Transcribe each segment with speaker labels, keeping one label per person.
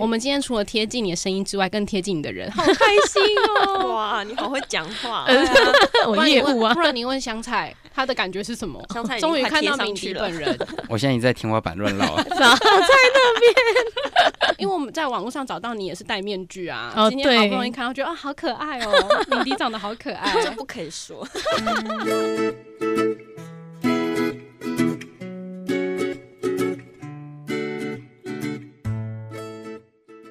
Speaker 1: 我们今天除了贴近你的声音之外，更贴近你的人，好开心哦！
Speaker 2: 哇，你好会讲 话、
Speaker 1: 呃
Speaker 2: 对啊
Speaker 1: 不
Speaker 3: 我
Speaker 1: 然你
Speaker 3: 业
Speaker 1: 问
Speaker 3: 务啊
Speaker 1: 不，然你问香菜，他的感觉是什么？
Speaker 2: 香菜已经
Speaker 1: 终于
Speaker 2: 快
Speaker 1: 看
Speaker 2: 贴
Speaker 1: 到
Speaker 2: 上
Speaker 1: 敏
Speaker 2: 去
Speaker 1: 迪
Speaker 2: 了
Speaker 1: 本， 人，
Speaker 4: 我现在已经在天花板啊乱 绕了，，
Speaker 1: 因为我们在网络上找到你也是戴面具啊。
Speaker 3: 哦
Speaker 1: 今天好不
Speaker 3: 对
Speaker 1: 容易看到，觉得啊好可爱哦，哎敏迪长得好可 爱。
Speaker 2: 这不可以说。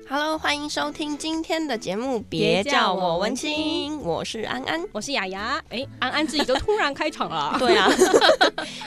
Speaker 2: Hello，欢迎收听今天的节目，别叫我文青，我是安安。
Speaker 1: 我是雅雅，哎，安安自己都突然开场 了。
Speaker 2: 对啊，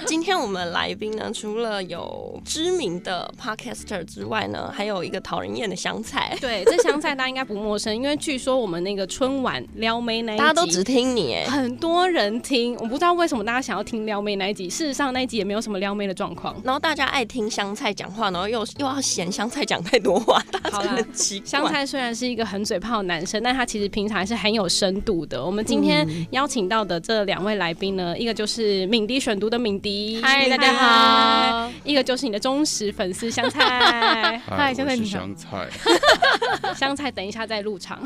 Speaker 2: 今天我们来宾呢，除了有知名的 podcaster 之外呢，还有一个讨人厌的香菜，
Speaker 1: 对， 这香菜大家应该不陌生，因为据说我们那个春晚撩妹那一集，
Speaker 2: 大家都只听你哎，
Speaker 1: 很多人听，我不知道为什么大家想要听撩妹那一集。事实上那一集也没有什么撩妹的状况。
Speaker 2: 然后大家爱听香菜讲话，然后又又要嫌香菜讲太多话， 大家
Speaker 1: 好
Speaker 2: 真的
Speaker 1: 啦
Speaker 2: 很奇怪。
Speaker 1: 香菜虽然是一个很嘴炮的男生，但他其实平常还是很有深度的。我们今天
Speaker 3: 嗯
Speaker 1: 邀请到的这两位来宾呢，一个就是敏迪选读的敏迪，
Speaker 3: 嗨，大家
Speaker 1: 嗨；
Speaker 3: 好，
Speaker 1: 一个就是你的忠实粉丝香菜
Speaker 3: 嗨香菜
Speaker 4: 我是
Speaker 3: 你好
Speaker 4: 香菜，
Speaker 1: 香菜等一下再入 场。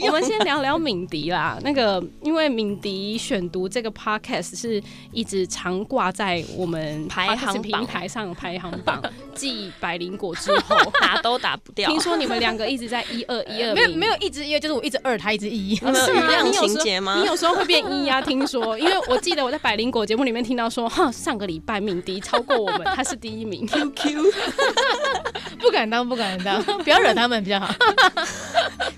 Speaker 1: 我们先聊聊敏迪啦。那个，因为敏迪选读这个 podcast 是一直常挂在我们
Speaker 2: 排行
Speaker 1: podcast
Speaker 2: 榜
Speaker 1: 平台上的排行榜，继百灵果之 后。
Speaker 2: 打都打不掉
Speaker 1: 听，说你们两个一直在一二一二，
Speaker 3: 没有没有一直一，就是我一直二，他一直 一，
Speaker 2: 你们
Speaker 1: 是
Speaker 2: 有
Speaker 1: 吗
Speaker 2: 余量
Speaker 1: 你有
Speaker 2: 情节吗
Speaker 1: 你？有时候会变一呀、听说，因为我记得我在百灵果节目里面听到说，哈，上个礼拜敏迪超过我们，他是第一 名。
Speaker 3: 不敢当，不敢 当，不要惹他们比较好。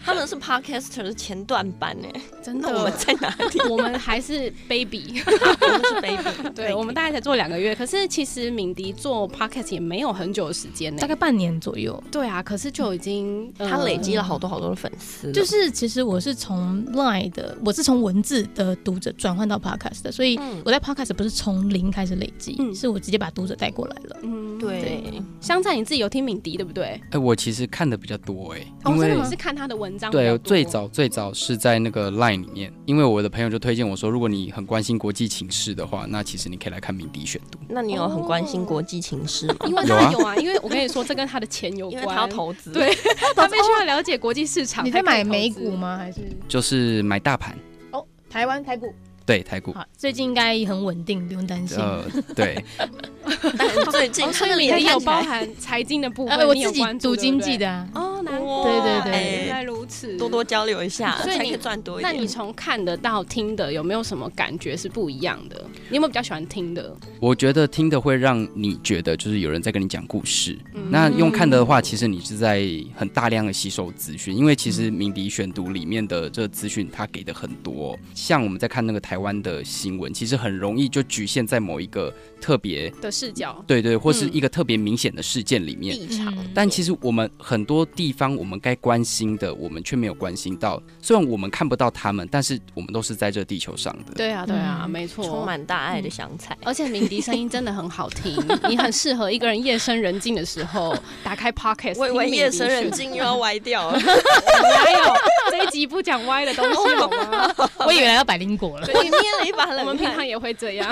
Speaker 2: 他们是 podcaster 的前段班哎，
Speaker 1: 真
Speaker 2: 那我们
Speaker 1: 的，
Speaker 2: 在哪里？
Speaker 1: 我们还是 baby，
Speaker 2: 我们是 baby，
Speaker 1: 对我们大概才做两个月，可是其实敏迪做 podcast 也没有很久的时间 呢、 嗯
Speaker 3: 大概半年左右。
Speaker 1: 对啊，可是就已经、
Speaker 2: 他累积
Speaker 1: 了。
Speaker 2: 了好多好多的粉丝了，
Speaker 3: 就是其实我是从 Line 的，我是从文字的读者转换到 Podcast 的，所以
Speaker 2: 嗯
Speaker 3: 我在 Podcast 不是从零开始累积，
Speaker 1: 嗯
Speaker 3: 是我直接把读者带过来了。
Speaker 1: 嗯，
Speaker 2: 对。
Speaker 1: 香菜你自己有听敏迪对不对？
Speaker 4: 哎、我其实看的比较多哎、
Speaker 1: 哦
Speaker 4: 因
Speaker 1: 真
Speaker 4: 为、
Speaker 1: 的吗是看他的文章比较
Speaker 4: 对
Speaker 1: 多。
Speaker 4: 我最早最早是在那个 Line 里面，因为我的朋友就推荐我说，如果你很关心国际情势的话，那其实你可以来看敏迪选读。
Speaker 2: 那你有很关
Speaker 1: 哦
Speaker 2: 心国际情势吗？
Speaker 1: 因为
Speaker 4: 有
Speaker 1: 他
Speaker 4: 啊
Speaker 1: 有啊，因为我跟你说，这跟他的钱有
Speaker 2: 因
Speaker 1: 关。
Speaker 2: 为他要投资，
Speaker 1: 对他必须要了解国际市场。
Speaker 3: 你在买美
Speaker 1: 才可以投
Speaker 3: 股
Speaker 1: 资？
Speaker 3: 吗？还是
Speaker 4: 就是买大盘，
Speaker 3: 哦台湾台股？
Speaker 4: 对台股，
Speaker 3: 好，最近应该很稳定，不用担心。
Speaker 4: 呃，对，
Speaker 2: 但最近
Speaker 1: 哦所
Speaker 2: 他的
Speaker 1: 以你
Speaker 2: 脸
Speaker 1: 也有
Speaker 2: 看起
Speaker 1: 包
Speaker 2: 来
Speaker 1: 含财经的部
Speaker 3: 呃
Speaker 1: 分，
Speaker 3: 我
Speaker 1: 你有
Speaker 3: 自己
Speaker 1: 关注
Speaker 3: 读经济。
Speaker 1: 对
Speaker 3: 的啊，
Speaker 1: 不对哦，难
Speaker 2: 哇哎
Speaker 1: 怪
Speaker 3: 对对对
Speaker 1: 原来如此，
Speaker 2: 多多交流一下，
Speaker 1: 所以
Speaker 2: 才可
Speaker 1: 你
Speaker 2: 以赚多一
Speaker 1: 那
Speaker 2: 点。
Speaker 1: 你从看得到听的有没有什么感觉是不一样的？你有没有比较喜欢听的？
Speaker 4: 我觉得听的会让你觉得就是有人在跟你讲故事。
Speaker 2: 嗯
Speaker 4: 那用看的话，其实你是在很大量的吸收资讯，因为其实鸣笛选读里面的这资讯它给的很多哦、像我们在看那个台湾的新闻，其实很容易就局限在某一个特别
Speaker 1: 的视角
Speaker 4: 对对，或是
Speaker 2: 嗯
Speaker 4: 一个特别明显的事件里面。
Speaker 2: 立场，
Speaker 3: 嗯
Speaker 4: 但其实我们很多地方，我们该关心的，我们却没有关心到。虽然我们看不到他们，但是我们都是在这地球上的。
Speaker 1: 对啊，对啊，
Speaker 3: 嗯
Speaker 1: 没错，
Speaker 2: 充满大爱的香菜。
Speaker 1: 而且鸣笛声音真的很好 听，你很适合一个人夜深人静的时候打开 podcast。
Speaker 2: 我以为夜深人静又啊要歪 掉了，
Speaker 1: 哪 有这一集不讲歪的东西 好吗？
Speaker 3: 我以为来到百灵果了。
Speaker 2: 你捏了一 把冷汗。
Speaker 1: 我们平常也会这 样。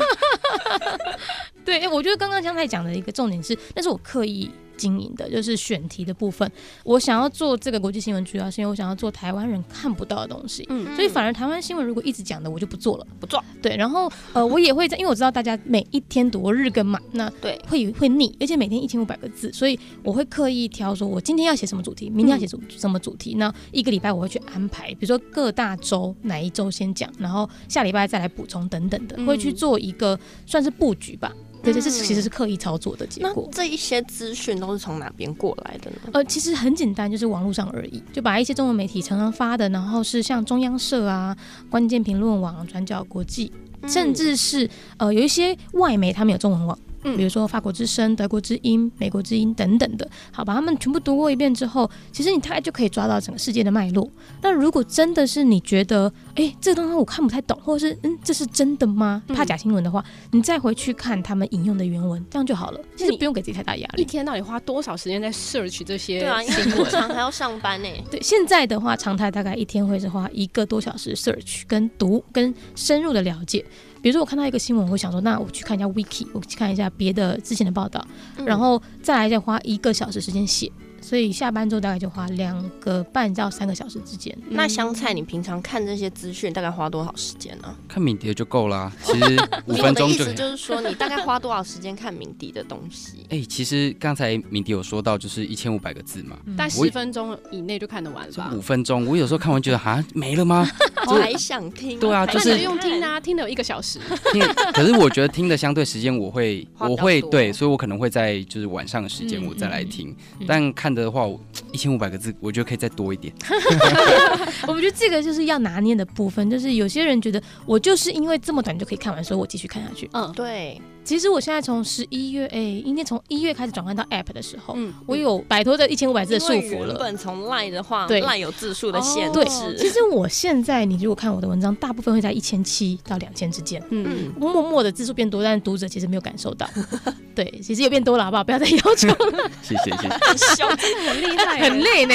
Speaker 3: 对，哎我觉得刚刚香菜讲的一个重点是，那是我刻意经营的，就是选题的部分。我想要做这个国际新闻，主要是因为我想要做台湾人看不到的东西。
Speaker 1: 嗯
Speaker 3: 所以反而台湾新闻如果一直讲的，我就不做了，
Speaker 2: 不做。
Speaker 3: 对，然后呃，我也会在，因为我知道大家每一天读日更嘛，那
Speaker 2: 对
Speaker 3: 会会腻，而且每天一千五百个字，所以我会刻意挑说，我今天要写什么主题，明天要写什么
Speaker 2: 嗯
Speaker 3: 什么主题，那一个礼拜我会去安排，比如说各大洲哪一周先讲，然后下礼拜再来补充等等的，
Speaker 1: 嗯
Speaker 3: 会去做一个算是布局吧。对，这是
Speaker 2: 嗯
Speaker 3: 其实是刻意操作的结
Speaker 2: 那
Speaker 3: 果。
Speaker 2: 这一些资讯都是从哪边过来的呢？
Speaker 3: 呃，其实很简单，就是网络上而已，就把一些中文媒体常常发的，然后是像中央社啊、关键评论网、转角国际，
Speaker 1: 嗯
Speaker 3: 甚至是呃有一些外媒他们有中文网，
Speaker 1: 嗯
Speaker 3: 比如说法国之声、德国之音、美国之音等等的，好，把他们全部读过一遍之后，其实你大概就可以抓到整个世界的脉络。那如果真的是你觉得，诶，这个东西我看不太懂，或者是嗯，这是真的吗？
Speaker 1: 嗯
Speaker 3: 怕假新闻的话，你再回去看他们引用的原文，这样就好了。其实
Speaker 1: 你
Speaker 3: 不用给自己太大压
Speaker 1: 一
Speaker 3: 力。
Speaker 1: 天到底花多少时间在 search 这些
Speaker 2: 对啊，因为
Speaker 1: 新
Speaker 2: 平
Speaker 1: 闻？
Speaker 2: 常还要上班欸 呢。
Speaker 3: 对，现在的话，常态大概一天会是花一个多小时 search 跟读跟深入的了解。比如说，我看到一个新闻，我会想说，那我去看一下
Speaker 2: 嗯
Speaker 3: wiki，我去看一下别的之前的报道，然后再来再花一个小时时间写。所以下班之后大概就花两个半到三个小时之间。
Speaker 2: 嗯那香菜，你平常看这些资讯大概花多少时间呢、
Speaker 4: 看敏迪就够啦，其实五分
Speaker 2: 我的
Speaker 4: 钟
Speaker 2: 意
Speaker 4: 就可
Speaker 2: 思
Speaker 4: 以。
Speaker 2: 就是说，你大概花多少时间看鸣笛的东 西？
Speaker 4: 哎、其实刚才敏迪有说到，就是一千五百个字嘛，
Speaker 2: 嗯
Speaker 1: 大概
Speaker 4: 我
Speaker 1: 十分钟以内就看得完了
Speaker 4: 就
Speaker 1: 吧
Speaker 4: 五？分钟。我有时候看完觉得哈没 了吗？
Speaker 2: 哦还想听？
Speaker 4: 哦对啊
Speaker 2: 还
Speaker 1: 那
Speaker 4: 就
Speaker 2: 想
Speaker 1: 你就
Speaker 4: 是
Speaker 1: 用听的、啊，听的有一个小 时。
Speaker 4: 听，可是我觉得听的相对时间我会
Speaker 2: 花比
Speaker 4: 我
Speaker 2: 较
Speaker 4: 会
Speaker 2: 多嗯
Speaker 4: 对，所以我可能会在就是晚上的时间我再来听。但看的话，我一千五百个字，我觉得可以再多一点。
Speaker 3: 我觉得这个就是要拿捏的部分，就是有些人觉得我就是因为这么短就可以看完，所以我继续看下去。
Speaker 1: 嗯
Speaker 2: 对，
Speaker 3: 其实我现在从十一月，哎、应该从一月开始转换到 App 的时候，
Speaker 1: 嗯，
Speaker 3: 我有摆脱这一千五百字的束
Speaker 2: 因为
Speaker 3: 缚
Speaker 2: 原
Speaker 3: 了。
Speaker 2: 本从赖的话，
Speaker 3: 对哦
Speaker 2: 赖有字数的限
Speaker 3: 对，其
Speaker 2: 制。
Speaker 3: 实我现在你如果看我的文章，大部分会在一千七到两千之间。
Speaker 1: 嗯
Speaker 2: 嗯，
Speaker 3: 默默的字数变多，但读者其实没有感受到。对，其实也变多了，好不好？不要再要求了，
Speaker 4: 谢谢谢谢。
Speaker 1: 很厉害，
Speaker 3: 很。欸累呢。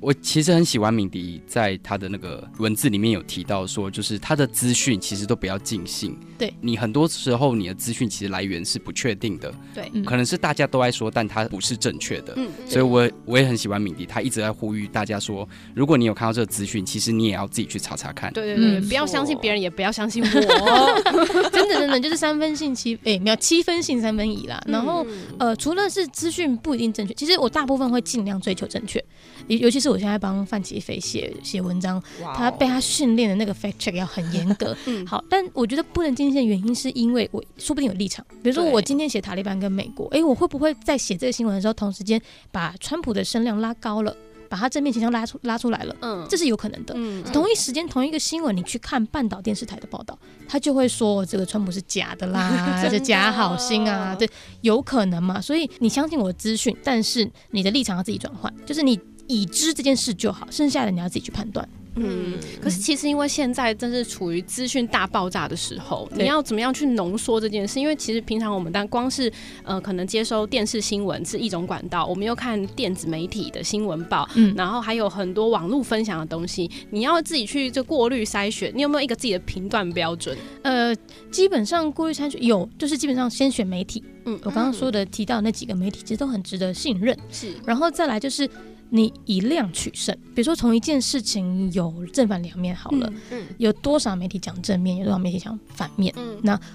Speaker 4: 我其实很喜欢敏迪在他的那个文字里面有提到说，就是他的资讯其实都不要尽信。
Speaker 3: 对
Speaker 4: 你很多时候你的资讯其实来源是不确定的，
Speaker 1: 对，
Speaker 3: 嗯
Speaker 4: 可能是大家都爱说，但它不是正确的。
Speaker 1: 嗯，
Speaker 4: 所以我我也很喜欢敏迪，他一直在呼吁大家说，如果你有看到这个资讯，其实你也要自己去查查看。
Speaker 1: 对对对，
Speaker 3: 嗯
Speaker 1: 不要相信别人，也不要相信我。
Speaker 3: 哦真的真的就是三分信七，哎、没有七分信三分疑啦。
Speaker 2: 欸
Speaker 3: 然后、
Speaker 2: 嗯
Speaker 3: 呃，除了是资讯不一定正确，其实我大部分会尽量追求正确，尤尤其是我现在帮范琪斐写写文章，
Speaker 4: 哦
Speaker 3: 他被他训练的那个 fact check 要很严格。
Speaker 1: 嗯，
Speaker 3: 好，但我觉得不能进行的原因是因为我说不定有立场，比如说
Speaker 2: 对，
Speaker 3: 我今天写塔利班跟美国，诶，我会不会在写这个新闻的时候，同时间把川普的声量拉高了，把他正面形象拉出拉出来了，
Speaker 1: 嗯，
Speaker 3: 这是有可能的。
Speaker 1: 嗯
Speaker 3: 同一时间，同一个新闻，你去看半岛电视台的报道，他就会说这个川普是假的啦
Speaker 2: 真的哦
Speaker 3: 这假好心啊，对，有可能嘛？所以你相信我的资讯，但是你的立场要自己转换，就是你已知这件事就好，剩下的你要自己去判断。
Speaker 1: 嗯
Speaker 2: 嗯。
Speaker 1: 可是其实因为现在正是处于资讯大爆炸的时候，
Speaker 3: 对
Speaker 1: 你要怎么样去浓缩这件事？因为其实平常我们单光是呃可能接收电视新闻是一种管道，我们又看电子媒体的新闻报，
Speaker 3: 嗯，
Speaker 1: 然后还有很多网络分享的东西，你要自己去就过滤筛选，你有没有一个自己的评断标准？
Speaker 3: 呃，基本上过滤参选有，就是基本上先选媒体。
Speaker 1: 嗯
Speaker 3: 我刚刚说的提到那几个媒体，其实都很值得信任。
Speaker 1: 是，
Speaker 3: 然后再来就是你以量取胜，比如说从一件事情有正反两面好了，
Speaker 1: 嗯
Speaker 2: 嗯
Speaker 3: 有多少媒体讲正面，有多少媒体讲反面。
Speaker 1: 嗯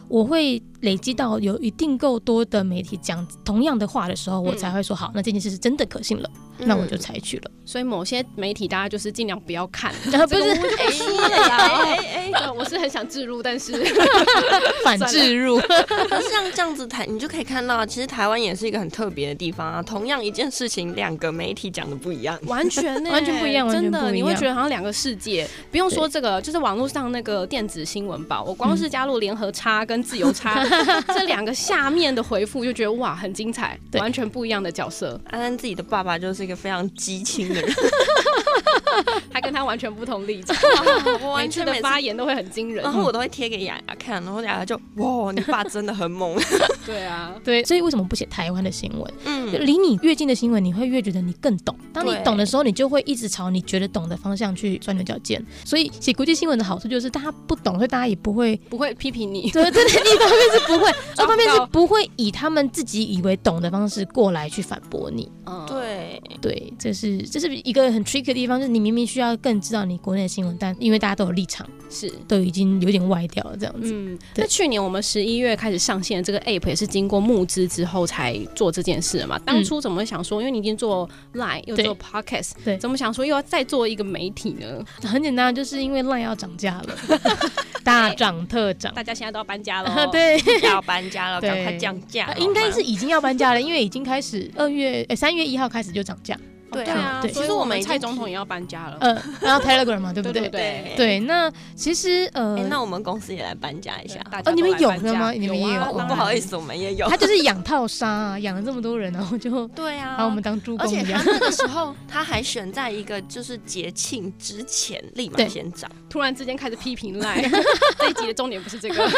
Speaker 3: 我会累积到有一定够多的媒体讲同样的话的时候，我
Speaker 1: 嗯
Speaker 3: 才会说好，那这件事是真的可信了，那
Speaker 2: 嗯
Speaker 3: 我就采取了。
Speaker 1: 所以某些媒体大家就是尽量不要看，
Speaker 3: 然后不是
Speaker 1: 这个我
Speaker 2: 说了呀。
Speaker 1: 呃 我是很想置入，但是
Speaker 3: 反置 入，
Speaker 2: 可是像这样子台，你就可以看到，其实台湾也是一个很特别的地方啊。同样一件事情，两个媒体讲的不一 样。
Speaker 1: 完全、欸、
Speaker 3: 完全不一样完
Speaker 1: 真
Speaker 3: 全不一样
Speaker 1: 的，你会觉得好像两个世界。不用说这个，就是网络上那个电子新闻吧，我光
Speaker 3: 嗯
Speaker 1: 是加入联合叉跟自由 叉这两个下面的回复，就觉得哇，很精彩，
Speaker 3: 对
Speaker 1: 完全不一样的角色，
Speaker 2: 安安自己的爸爸就是一个非常激情 的人，
Speaker 1: 还跟他完全不同立 场，
Speaker 2: 我
Speaker 1: 每
Speaker 2: 完
Speaker 1: 次
Speaker 2: 全
Speaker 1: 的
Speaker 2: 每次
Speaker 1: 发言都会很惊人
Speaker 2: 然。
Speaker 3: 哦
Speaker 2: 后我都会贴给雅雅看，然后雅雅就哇，你爸真的很猛。
Speaker 1: 对啊，
Speaker 3: 对，所以为什么不写台湾的新闻？就
Speaker 2: 嗯，
Speaker 3: 离你越近的新闻，你会越觉得你更懂。当你
Speaker 2: 对
Speaker 3: 懂的时候，你就会一直朝你觉得懂的方向去钻牛角尖。所以写国际新闻的好处就是，大家不懂，所以大家也不会，
Speaker 1: 不会批评你。
Speaker 3: 对对对，一方面是不会，
Speaker 1: 抓
Speaker 3: 二
Speaker 1: 不到
Speaker 3: 方面是不会以他们自己以为懂的方式过来去反驳你。
Speaker 1: 嗯，
Speaker 2: 对，
Speaker 3: 对，这是这是一个很 tricky 的地方，就是你明明需要更知道你国内的新闻，但因为大家都有立场，
Speaker 1: 是。
Speaker 3: 都已经有点歪掉了这样子。
Speaker 1: 嗯，
Speaker 3: 对
Speaker 1: 那去年我们十一月开始上线的这个 app 也是经过募资之后才做这件事的嘛？当初怎么会想说，因为你已经做 line 又
Speaker 3: 嗯对
Speaker 1: 做 podcast，
Speaker 3: 对
Speaker 1: 怎么想说又要再做一个媒体呢？
Speaker 3: 很简单，就是因为烂要涨价了，大涨特涨。
Speaker 1: 大家现在都要搬家
Speaker 3: 啊
Speaker 1: 了，， 哦
Speaker 3: 对，
Speaker 2: 要搬家了，
Speaker 3: 对
Speaker 2: 赶快降价好
Speaker 3: 呃
Speaker 2: 吗。
Speaker 3: 应该是已经要搬家了，因为已经开始二月呃三、3月一号开始就涨价，
Speaker 2: 对
Speaker 1: 对啊，
Speaker 3: 对
Speaker 1: 所以
Speaker 2: 其实
Speaker 1: 我
Speaker 2: 我
Speaker 1: 们
Speaker 2: 们
Speaker 1: 蔡
Speaker 2: 已经
Speaker 1: 总统也要搬家了，
Speaker 3: 呃，然后 Telegram 嘛，对不
Speaker 1: 对
Speaker 3: 对？
Speaker 1: 对对，
Speaker 3: 对那其实呃，
Speaker 2: 哎、那我们公司也来搬家一下。
Speaker 1: 大家
Speaker 3: 哦，你们
Speaker 1: 都来
Speaker 3: 有哦
Speaker 1: 搬
Speaker 3: 了
Speaker 1: 家
Speaker 3: 吗？你们也
Speaker 1: 有啊
Speaker 2: 我
Speaker 1: 当
Speaker 2: 不
Speaker 1: 然
Speaker 2: 好意思，我们也有。
Speaker 3: 他就是养套杀、啊，养了这么多人，然后就
Speaker 2: 对啊
Speaker 3: 把我们当猪
Speaker 2: 而
Speaker 3: 公
Speaker 2: 且
Speaker 3: 一样
Speaker 2: 他。那个时候，他还选在一个就是节庆之前立马
Speaker 3: 对
Speaker 2: 先涨，
Speaker 1: 突然之间开始批评 line，这一集的重点不是这个，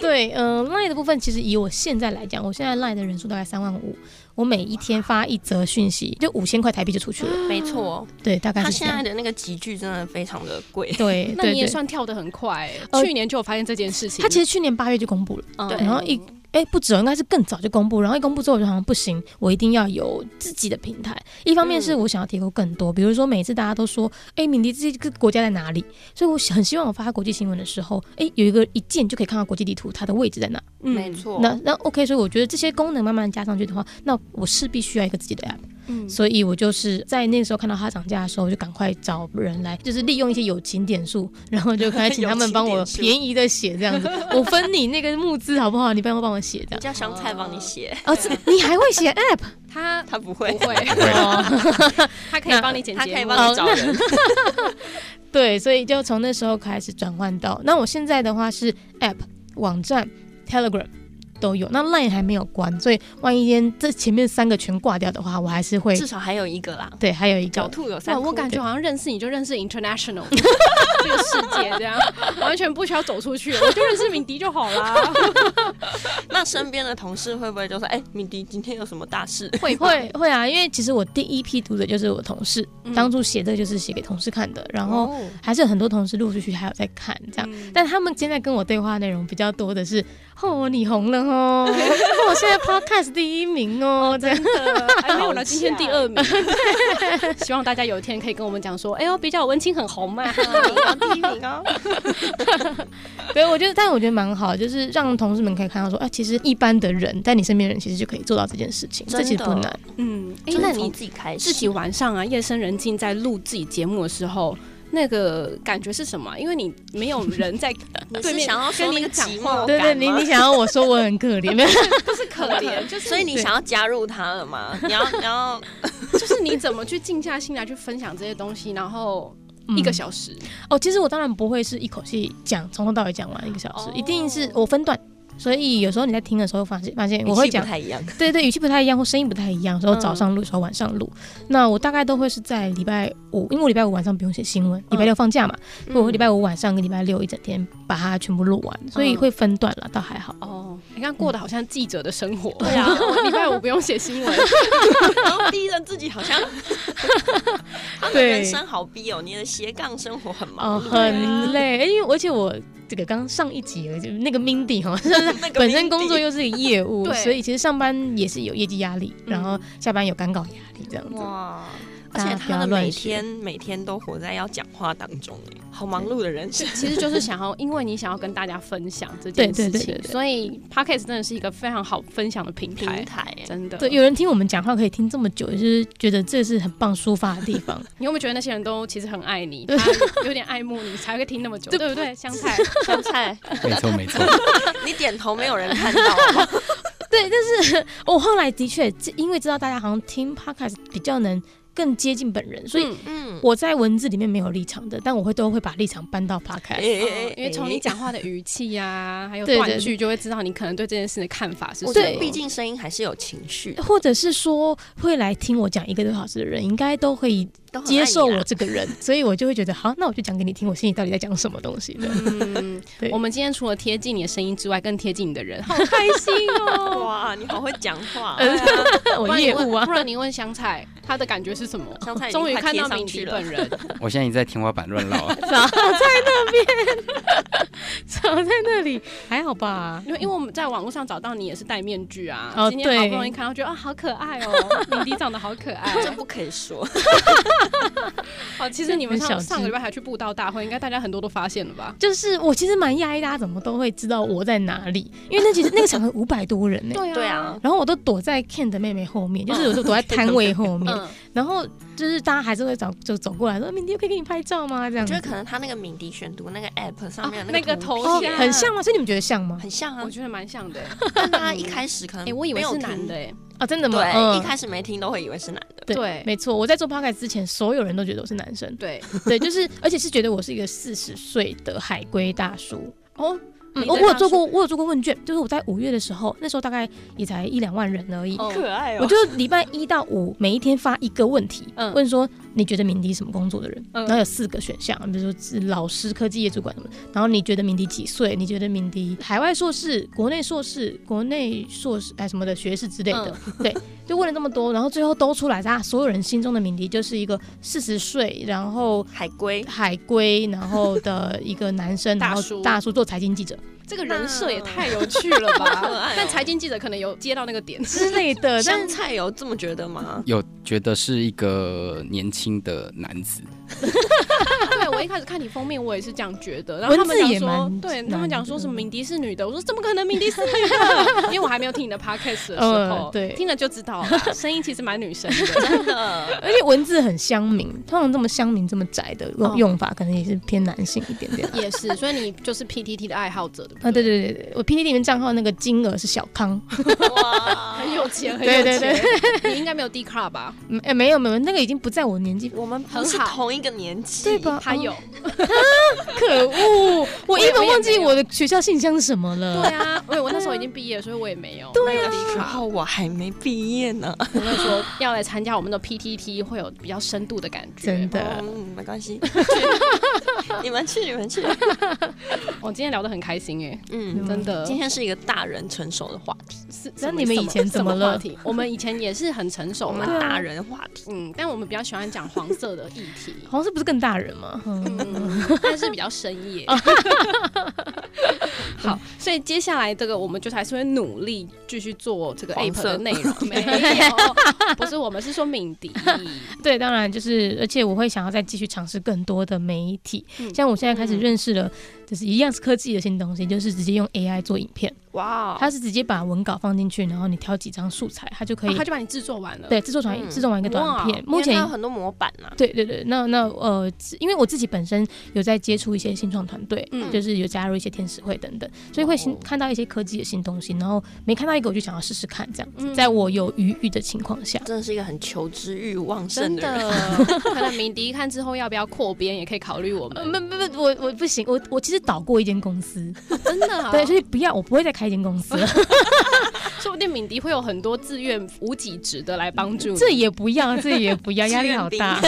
Speaker 3: 对，呃，Line 的部分其实以我现在来讲，我现在 Line 的人数大概三万五，我每一天发一则讯息，就五千块台币就出去了。
Speaker 2: 没错，哦
Speaker 3: 对，大概
Speaker 2: 啊他
Speaker 3: 是这
Speaker 2: 现在
Speaker 3: 样。
Speaker 2: 的那个集聚真的非常的贵。
Speaker 3: 对，
Speaker 1: 那
Speaker 3: 对
Speaker 1: 你也
Speaker 3: 对。
Speaker 1: 算跳得很快欸，
Speaker 3: 呃
Speaker 1: 去年就有发现这件事情，嗯
Speaker 3: 他其
Speaker 1: 实
Speaker 3: 实去年八月就公布了，
Speaker 2: 对
Speaker 3: 然后一哎、不止哦，应该是更早就公布，然后一公布之后我就好像不行，我一定要有自己的平台。一方面是
Speaker 2: 嗯
Speaker 3: 我想要提供更多，比如说每次大家都说，哎、敏迪这个国家在哪里，所以我很希望我发国际新闻的时候，哎、有一个一键就可以看到国际地图它的位置在哪。
Speaker 1: 嗯
Speaker 2: 没，错。
Speaker 3: 那那 OK，所以我觉得这些功能慢慢加上去的话，那我势必需要一个自己的 app。
Speaker 1: 嗯
Speaker 3: 所以我就是在那个时候看到它涨价的时候，我就赶快找人来，就是利用一些友情点数，然后就赶 快请他们帮我
Speaker 2: 友情点
Speaker 3: 便宜的写这样子，我分你那个募资好不好？你帮我帮我写这
Speaker 2: 人
Speaker 3: 样。
Speaker 2: 家香菜帮你写，
Speaker 3: 哦，这你还会 写 app
Speaker 1: 他
Speaker 2: 他不 会
Speaker 1: 不，会，
Speaker 3: 哦？
Speaker 1: 他可以帮你剪
Speaker 2: 他
Speaker 1: 节
Speaker 2: 可以
Speaker 1: 目，哦
Speaker 2: 帮你找人。
Speaker 3: 对，所以就从那时候开始转换到，那我现在的话是 app 网站 Telegram。都有，那 Line 还没有关，所以万一今天这前面三个全挂掉的话，我还是会
Speaker 2: 至少还有一个 啦。
Speaker 3: 对，还有一
Speaker 2: 狡
Speaker 3: 个
Speaker 2: 兔有三
Speaker 1: 哇，
Speaker 2: 窟，
Speaker 1: 我感觉好像认识你就认识 international 这个世界，这样完全不需要走出去， 我就认识敏迪就好 啦。
Speaker 2: 那身边的同事会不会就说：“哎、敏迪今天有什么大事
Speaker 3: 会会会啊，因为其实我第一批读者就是我同事，
Speaker 1: 嗯
Speaker 3: 当初写这个就是写给同事看的，然？”后
Speaker 2: 哦，
Speaker 3: 还是有很多同事陆陆续续还有在看这样。
Speaker 1: 嗯
Speaker 3: 但他们现在跟我对话内容比较多的是，哦，你红了 哦，哦我现在 podcast 第一名哦，这样
Speaker 1: 还没有呢，今天第二名。 希望大家有一天可以跟我们讲说，哎呦，比较文青很红嘛。
Speaker 2: 第一名 哦，
Speaker 3: 对，我觉得，但我觉得蛮好，就是让同事们可以看到说，啊，其实一般的人在你身边的人其实就可以做到这件事情，这其实
Speaker 2: 真
Speaker 3: 不
Speaker 2: 的
Speaker 3: 难。
Speaker 1: 嗯，哎
Speaker 2: 就，是
Speaker 1: 那
Speaker 2: 从
Speaker 1: 你
Speaker 2: 自己开始，
Speaker 1: 自己晚上啊，夜深人静在录自己节目的时候，那个感觉是什么啊？因为你没有人 在
Speaker 2: 你
Speaker 1: 对
Speaker 2: 是
Speaker 1: 面
Speaker 2: 想要
Speaker 1: 跟
Speaker 2: 说那
Speaker 1: 你
Speaker 2: 个
Speaker 1: 讲
Speaker 2: 寂
Speaker 1: 话
Speaker 2: 寞
Speaker 3: 对对，
Speaker 2: 哦感
Speaker 3: 你
Speaker 2: 吗
Speaker 3: 你想要我说我很可怜，没有
Speaker 1: 不是可 怜，就是
Speaker 2: 所以你
Speaker 3: 对
Speaker 2: 想要加入他了吗？你要你要
Speaker 1: 就是你怎么去静下心来去分享这些东西，然后一个
Speaker 3: 嗯
Speaker 1: 小时，
Speaker 3: 哦，其实我当然不会是一口气讲从头到尾讲完一个小时，
Speaker 2: 哦
Speaker 3: 一定是我分段。所以有时候你在听的时候，发现发现我会
Speaker 2: 语气不
Speaker 3: 讲，
Speaker 2: 太一嗯样，
Speaker 3: 对对，语气不太一样，或声音不太一样。有时候早上录，有时候晚上录。那我大概都会是在礼拜五，因为我礼拜五晚上不用写新闻，礼拜六放假嘛，
Speaker 2: 嗯
Speaker 3: 所以我会礼拜五晚上跟礼拜六一整天把它全部录完，
Speaker 2: 嗯
Speaker 3: 所以会分段了，倒还好。
Speaker 1: 哦，你看过得好像记者的生活，
Speaker 2: 对啊
Speaker 1: 我礼拜五不用写新 闻，
Speaker 2: 然后逼着自己好像，他的
Speaker 3: 对
Speaker 2: 人生好逼哦，你的斜杠生活很
Speaker 3: 哦，
Speaker 2: 忙碌，
Speaker 3: 很累，哎因为而且我这个刚上一集就那个 Mindy 哈，
Speaker 2: 那个
Speaker 3: 本身
Speaker 2: Mindy
Speaker 3: 工作又是个业务，
Speaker 1: 对
Speaker 3: 所以其实上班也是有业绩压力，
Speaker 1: 嗯
Speaker 3: 然后下班有赶稿压力这样子。
Speaker 2: 哇。而
Speaker 3: 大
Speaker 2: 且
Speaker 3: 家不
Speaker 2: 他
Speaker 3: 要
Speaker 2: 的
Speaker 3: 乱
Speaker 2: 每
Speaker 3: 学
Speaker 2: 天每天都活在要讲话当中，哎，好忙碌的人生。
Speaker 1: 其实就是想要，因为你想要跟大家分享这件
Speaker 3: 对
Speaker 1: 事
Speaker 3: 对对
Speaker 1: 情
Speaker 3: 对，对
Speaker 1: 所以 podcast 真的是一个非常好分享的平台
Speaker 2: 平，台哎
Speaker 1: 真的。
Speaker 3: 对，有人听我们讲话可以听这么久，就是觉得这是很棒抒发的地 方。
Speaker 1: 你有没有觉得那些人都其实很爱你，他
Speaker 3: 对
Speaker 1: 有点爱慕你，才会听那么久，对不对？香欸菜，
Speaker 2: 香菜，
Speaker 4: 没错没错，
Speaker 2: 你点头没有人看到好不好，
Speaker 3: 我哦后来的确，这因为知道大家好像听 podcast 比较能更接近本人，所 以
Speaker 1: 嗯
Speaker 2: 嗯，
Speaker 3: 我在文字里面没有立场的，但我会都会把立场搬到 podcast。
Speaker 2: 哎哎
Speaker 1: 哦因为从你，讲话的语气呀，还有
Speaker 3: 对对
Speaker 1: 断句，就会知道你可能对这件事的看法是
Speaker 2: 我
Speaker 1: 什
Speaker 2: 觉得
Speaker 3: 对
Speaker 2: 毕
Speaker 1: 么。
Speaker 2: 竟声音还是有情绪，
Speaker 3: 或者是说会来听我讲一个多小时的人，应该都会
Speaker 2: 都很爱你
Speaker 3: 接
Speaker 2: 啦
Speaker 3: 受我这个人，所以我就会觉得好，那我就讲给你听，我心里到底在讲什么东西的。
Speaker 1: 嗯，
Speaker 3: 对
Speaker 1: 我们今天除了贴近你的声音之外，更贴近你的人，好开心哦！
Speaker 2: 哇，你好会讲 话哦，
Speaker 3: 嗯
Speaker 1: 不
Speaker 3: 我
Speaker 1: 然你
Speaker 3: 业务
Speaker 1: 问，
Speaker 3: 啊
Speaker 1: 不，然你问香菜，他的感觉是什么？
Speaker 2: 香菜已经
Speaker 1: 终于
Speaker 2: 快
Speaker 1: 看
Speaker 2: 贴
Speaker 1: 到
Speaker 2: 上
Speaker 1: 敏
Speaker 2: 去
Speaker 1: 迪
Speaker 2: 了
Speaker 1: 本。人，
Speaker 4: 我现在已经在天花板乱绕啊了。
Speaker 3: 早在那边，早在那里，还好吧？
Speaker 1: 因为因为我们在网络上找到你也是戴面具啊，
Speaker 3: 哦
Speaker 1: 今天好不
Speaker 3: 对
Speaker 1: 容易看到，觉得啊好可爱 哦，敏迪长得好可爱。
Speaker 2: 这不可以说，
Speaker 1: 哦，其实你们上
Speaker 3: 很小只
Speaker 1: 上个礼拜还去布道大会，应该大家很多都发现了吧？
Speaker 3: 就是我其实蛮讶异，大家啊怎么都会知道我在哪里，因为那其实那个场合五百多 人呢、
Speaker 1: 对
Speaker 2: 对啊，
Speaker 3: 然后我都躲在 Ken 的妹妹后面，就是我都躲在摊位后面，
Speaker 1: 嗯，
Speaker 3: 然后就是大家还是会找就走过来说：“明天可以给你拍照吗？”这样
Speaker 2: 我
Speaker 3: 子
Speaker 2: 觉得可能他那个敏迪选读那个 app 上面的
Speaker 1: 啊那个
Speaker 2: 图
Speaker 1: 头
Speaker 3: 哦
Speaker 2: 片
Speaker 1: 像，
Speaker 3: 很像吗？所以你们觉得像吗？
Speaker 2: 很像啊
Speaker 1: 我，觉得蛮像的。
Speaker 2: 但大家一开始可能
Speaker 1: 哎，我以为
Speaker 2: 没有
Speaker 1: 是
Speaker 2: 听
Speaker 1: 男的，哎，
Speaker 3: 啊，真的吗？
Speaker 2: 对，
Speaker 3: 嗯
Speaker 2: 一开始没听都会以为是男的，
Speaker 3: 对，
Speaker 1: 对，
Speaker 3: 没错。我在做 podcast 之前，所有人都觉得我是男生
Speaker 1: 对，
Speaker 3: 对，就是而且是觉得我是一个四十岁的海归大叔。
Speaker 1: 哦，
Speaker 3: 嗯
Speaker 1: 你，
Speaker 3: 我
Speaker 1: 对
Speaker 3: 我有
Speaker 1: 大
Speaker 3: 做
Speaker 1: 叔
Speaker 3: 过，我有做过问卷，就是我在五月的时候，那时候大概也才一两万人而已。
Speaker 1: 哦
Speaker 2: 爱
Speaker 3: 我就礼拜一到五每一天发一个问题，
Speaker 1: 嗯
Speaker 3: 问说你觉得敏迪什么工作的人，
Speaker 1: 嗯
Speaker 3: 然后有四个选项，比如说是老师、科技业主管什么的，然后你觉得敏迪几岁？你觉得敏迪海外硕士、国内硕士、国内硕士哎什么的学士之类的，
Speaker 1: 嗯
Speaker 3: 对，就问了这么多，然后最后都出来，大家所有人心中的敏迪就是一个四十岁，然后
Speaker 2: 海龟，
Speaker 3: 海归，然后的一个男生，
Speaker 1: 大
Speaker 3: 然后
Speaker 1: 叔
Speaker 3: 大叔做财经记者，
Speaker 1: 这个人设也太有趣了吧！
Speaker 2: 可爱哦
Speaker 1: 但财经记者可能有接到那个点，
Speaker 3: 之类 的，呃但
Speaker 2: 香菜有这么觉得 吗？
Speaker 4: 有觉得是一个年轻的男子，
Speaker 1: 对啊我一开始看你封面，我也是这样觉得。然后
Speaker 3: 文
Speaker 1: 他们
Speaker 3: 字
Speaker 1: 讲
Speaker 3: 也
Speaker 1: 说
Speaker 3: 蛮，
Speaker 1: 对
Speaker 3: 难
Speaker 1: 他们讲
Speaker 3: 的嗯
Speaker 1: 说什么鸣笛是女的，我说怎么可能鸣笛是女的？ 因为我还没有听你的 podcast 的时候，
Speaker 3: 呃对
Speaker 1: 听了就知道了，声音其实蛮女生的。
Speaker 2: 真的，
Speaker 3: 而且文字很乡民，通常这么乡民这么窄的
Speaker 1: 哦
Speaker 3: 用用法，可能也是偏男性一 点点。
Speaker 1: 也是，所以你就是 PTT 的爱好者，对不
Speaker 3: 啊，对对对对，我 PPT 里面账号那个金额是小康，
Speaker 2: 哇，
Speaker 1: 很有钱，很有
Speaker 3: 对
Speaker 1: 钱。
Speaker 3: 对
Speaker 1: 你应该没有 D card 吧？
Speaker 3: 嗯哎、 没有没有，那个已经不在我年纪，
Speaker 2: 我们不是
Speaker 1: 很好
Speaker 2: 同一个年纪，
Speaker 3: 对？吧？
Speaker 1: 他有
Speaker 3: 哦，，可恶，我一本忘记
Speaker 1: 我也没有
Speaker 3: 我的学校信箱是什么了。
Speaker 1: 对啊，我我那时候已经毕业了，所以我也没有。
Speaker 2: 对啊，时候我还没毕业呢。
Speaker 1: 我跟你说，要来参加我们的 PTT 会有比较深度的感觉。
Speaker 3: 真的，
Speaker 2: 嗯，没关系， 你们去，你们去。
Speaker 1: 我哦今天聊得很开心哎、
Speaker 2: 嗯，
Speaker 1: 真的。
Speaker 2: 今天是一个大人成熟的话题，
Speaker 1: 是
Speaker 3: 那
Speaker 1: 什么
Speaker 3: 你们
Speaker 1: 什
Speaker 3: 以前
Speaker 1: 什
Speaker 3: 怎么
Speaker 1: 话
Speaker 3: 了啊
Speaker 1: 题？我们以前也是很成熟
Speaker 2: 我们
Speaker 1: 啦，
Speaker 2: 大人话题。
Speaker 1: 嗯，但我们比较喜欢讲黄色的议题，
Speaker 3: 好像是不是更大人嘛？嗯
Speaker 1: 嗯，但是比较深夜。好，所以接下来这个我们就是还是会努力继续做这个
Speaker 2: 黄
Speaker 1: app
Speaker 2: 色
Speaker 1: 的内容，没有，不是我们是说敏迪，哦
Speaker 3: 对，当然就是，而且我会想要再继续尝试更多的媒体，
Speaker 1: 嗯
Speaker 3: 像我现在开始认识了，就是一样是科技的新东西，就是直接用 AI 做影片，
Speaker 2: 哇哦
Speaker 3: 它是直接把文稿放进去，然后你挑几张素材，它就可以、
Speaker 1: 哦他就把你制作完了，
Speaker 3: 对制作成
Speaker 2: 嗯
Speaker 3: 制作完一个短片。
Speaker 2: 目
Speaker 3: 目
Speaker 2: 前
Speaker 3: 前
Speaker 2: 有很多模板呐，
Speaker 3: 对对对，那那呃，因为我自己本身有在接触一些新创团队，
Speaker 1: 嗯
Speaker 3: 就是有加入一些天使会等等，所以会新
Speaker 2: 哦
Speaker 3: 看到一些科技的新东西，然后没看到一个我就想要试试看，这样子，
Speaker 1: 嗯
Speaker 3: 在我有余裕的情况下，
Speaker 2: 真的是一个很求知欲旺盛
Speaker 1: 真
Speaker 2: 的人。
Speaker 1: 的， 可能敏迪看之后要不要扩编，也可以考虑我
Speaker 3: 呃，
Speaker 1: 们，
Speaker 3: 不不不，我我不行，我我其实倒过一间公司，
Speaker 1: 真 的啊，
Speaker 3: 对，所以不要，我不会再开一间公 司了，
Speaker 1: 说不定敏迪会有很多自愿无给职的来帮助你。
Speaker 3: 这也不要，这也不 要，压力好
Speaker 2: 志愿
Speaker 3: 大，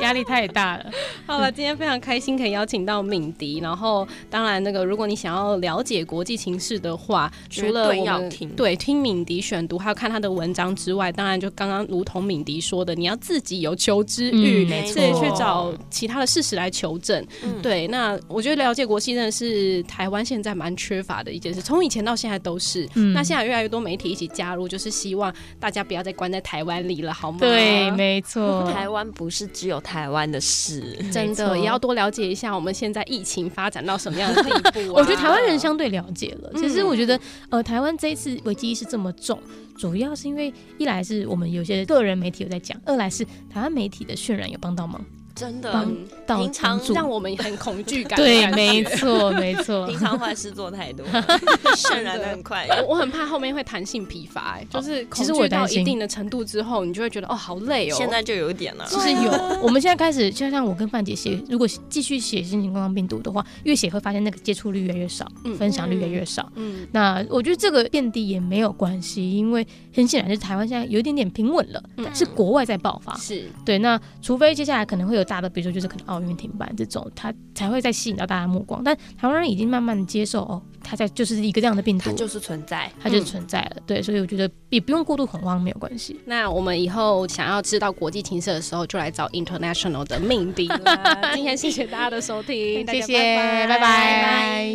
Speaker 3: 压力太大了。
Speaker 1: 好了，今天非常开心可以邀请到敏迪，然后当然那个如果你想要了解国际情势的话，除
Speaker 2: 绝
Speaker 1: 了
Speaker 2: 对
Speaker 1: 我
Speaker 2: 要
Speaker 1: 们
Speaker 2: 听
Speaker 1: 对听敏迪选读还有看他的文章之外，当然就刚刚如同敏迪说的，你要自己有求知欲。
Speaker 3: 嗯
Speaker 2: 没
Speaker 1: 所以
Speaker 2: 错
Speaker 1: 去找其他的事实来求证。
Speaker 2: 嗯
Speaker 1: 对，那我觉得了解国际真的是台湾现在蛮缺乏的一件事，从以前到现在都是。
Speaker 3: 嗯
Speaker 1: 那现在越来越多媒体一起加入，就是希望大家不要再关在台湾里了，好吗？
Speaker 3: 对，没错，
Speaker 2: 台湾不是只有台湾的事，
Speaker 1: 真的
Speaker 3: 没错
Speaker 1: 也要多了解一下我们现在疫情发展到什么样的 地步、啊。
Speaker 3: 我觉得台湾人相对了解了。
Speaker 1: 嗯
Speaker 3: 其实我觉得，呃，台湾这一次危机意识这么重，主要是因为一来是我们有些个人媒体有在讲，二来是台湾媒体的渲染有帮到忙，
Speaker 2: 真的
Speaker 3: 帮。
Speaker 1: 嗯
Speaker 3: 到
Speaker 2: 平常
Speaker 3: 帮助
Speaker 1: 让我们很恐惧感。啊
Speaker 3: 对，没。错，没 错
Speaker 2: 平。常坏事做太 多，渲染的很快。
Speaker 1: 我我很怕后面会弹性疲乏、哎就是
Speaker 3: 其
Speaker 1: 恐
Speaker 3: 实我
Speaker 1: 惧
Speaker 3: 也担
Speaker 1: 到
Speaker 3: 心
Speaker 1: 一定的程度之后，你就会觉得哦，好累哦。
Speaker 2: 现在就有一点了，
Speaker 3: 其实有，我们现在开始，就像我跟范姐写，如果继续写新型冠状病毒的话，越写会发现那个接触率越来越少，
Speaker 1: 嗯
Speaker 3: 分享率越来越少。
Speaker 1: 嗯，
Speaker 3: 那我觉得这个变低也没有关系，因为很显然是台湾现在有一点点平稳了，
Speaker 1: 嗯
Speaker 3: 但是国外在爆发。
Speaker 1: 是
Speaker 3: 对，那除非接下来可能会有大的，比如说就是可能奥运停办这种，它才会再吸引到大家的目光。但台湾人已经慢慢接受哦，它在就是一个这样的病毒
Speaker 2: 它，就是存在。
Speaker 3: 它就存在了。对，所以我觉得也不用过度恐慌，没有关系。
Speaker 1: 那我们以后想要知道国际情势的时候，就来找 international 的命定啦。今天谢谢大家的收听，大家
Speaker 3: 谢谢
Speaker 1: 拜
Speaker 3: 拜拜
Speaker 1: 拜。